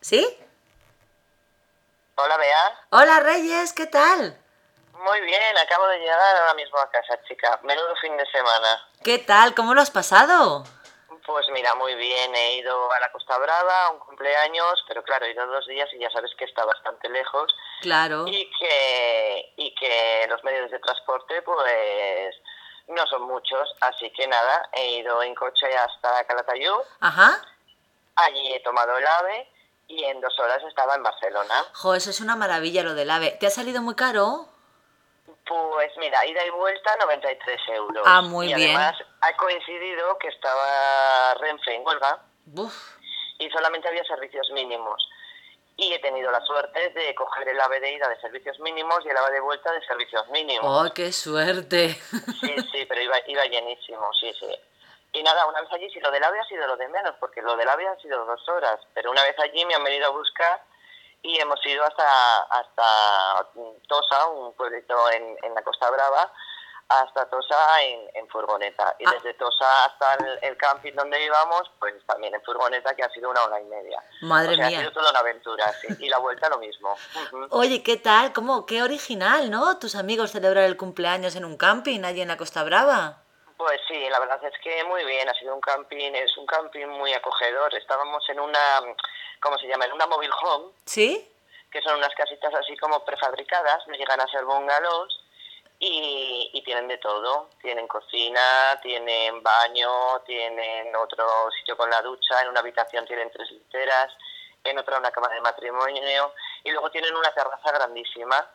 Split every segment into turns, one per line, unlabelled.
¿Sí?
Hola, Bea.
Hola Reyes, ¿qué tal?
Muy bien, acabo de llegar ahora mismo a casa, chica. Menudo fin de semana.
¿Qué tal? ¿Cómo lo has pasado?
Pues mira, muy bien. He ido a la Costa Brava a un cumpleaños, pero claro, he ido dos días y ya sabes que está bastante lejos.
Claro.
Y que, y que los medios de transporte, pues no son muchos. Así que nada, he ido en coche hasta Calatayud.
Ajá.
Allí he tomado el AVE y en dos horas estaba en Barcelona.
Jo, eso es una maravilla lo del AVE. ¿Te ha salido muy caro?
Pues mira, ida y vuelta 93 euros.
Ah, muy
y
bien.
Además, ha coincidido que estaba Renfe en huelga
Buf.
y solamente había servicios mínimos. Y he tenido la suerte de coger el AVE de ida de servicios mínimos y el AVE de vuelta de servicios mínimos.
¡Oh, qué suerte!
Sí, sí, pero iba, iba llenísimo, sí, sí. Y nada, una vez allí, si lo del AVE ha sido lo de menos, porque lo del AVE han sido dos horas, pero una vez allí me han venido a buscar y hemos ido hasta, hasta Tosa, un pueblito en, en la Costa Brava, hasta Tosa en, en furgoneta. Y
Ah.
desde Tosa hasta el, el camping donde íbamos, pues también en furgoneta, que ha sido una hora y media.
Madre
o sea,
mía.
Ha sido toda una aventura, sí. Y la vuelta lo mismo. Ujú.
Oye, ¿qué tal? ¿Cómo? Qué original, ¿no? Tus amigos celebrar el cumpleaños en un camping allí en la Costa Brava.
Pues sí, la verdad es que muy bien, ha sido un camping, es un camping muy acogedor. Estábamos en una, ¿cómo se llama? En una mobile home,
¿Sí?
que son unas casitas así como prefabricadas, no llegan a ser bungalows y, y tienen de todo. Tienen cocina, tienen baño, tienen otro sitio con la ducha, en una habitación tienen tres literas, en otra una cama de matrimonio y luego tienen una terraza grandísima.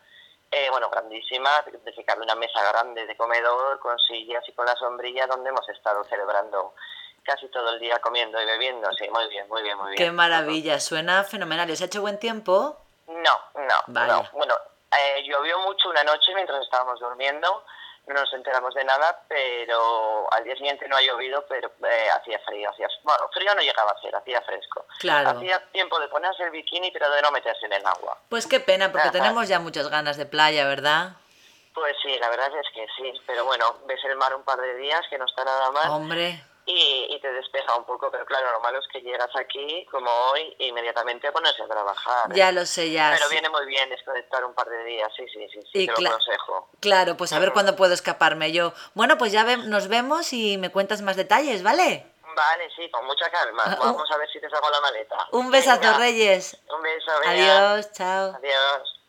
eh, bueno, grandísima, de que cabe una mesa grande de comedor con sillas y con la sombrilla donde hemos estado celebrando casi todo el día comiendo y bebiendo. Sí, muy bien, muy bien, muy bien.
¡Qué maravilla! Suena fenomenal. ¿Y ¿Os ha hecho buen tiempo?
No, no,
Vaya.
no. Bueno, eh, llovió mucho una noche mientras estábamos durmiendo, no nos enteramos de nada, pero al día siguiente no ha llovido, pero eh, hacía frío, hacía bueno, frío no llegaba a ser, hacía fresco.
Claro.
Hacía tiempo de ponerse el bikini, pero de no meterse en el agua.
Pues qué pena, porque
Ajá.
tenemos ya muchas ganas de playa, ¿verdad?
Pues sí, la verdad es que sí, pero bueno, ves el mar un par de días, que no está nada mal,
Hombre.
y, y te despeja un poco, pero claro, lo malo es que llegas aquí, como hoy, e inmediatamente a ponerse a trabajar. ¿eh?
Ya lo sé, ya.
Pero
sí.
viene muy bien desconectar un par de días, sí, sí, sí, sí
Y
te
cla-
lo aconsejo.
Claro, pues a ver cuándo puedo escaparme yo. Bueno, pues ya ve- nos vemos y me cuentas más detalles, ¿vale?
Vale, sí, con mucha calma.
Ah,
Vamos a ver si te saco la maleta.
Un besazo,
Venga.
Reyes.
Un beso, Bea.
Adiós, chao.
Adiós.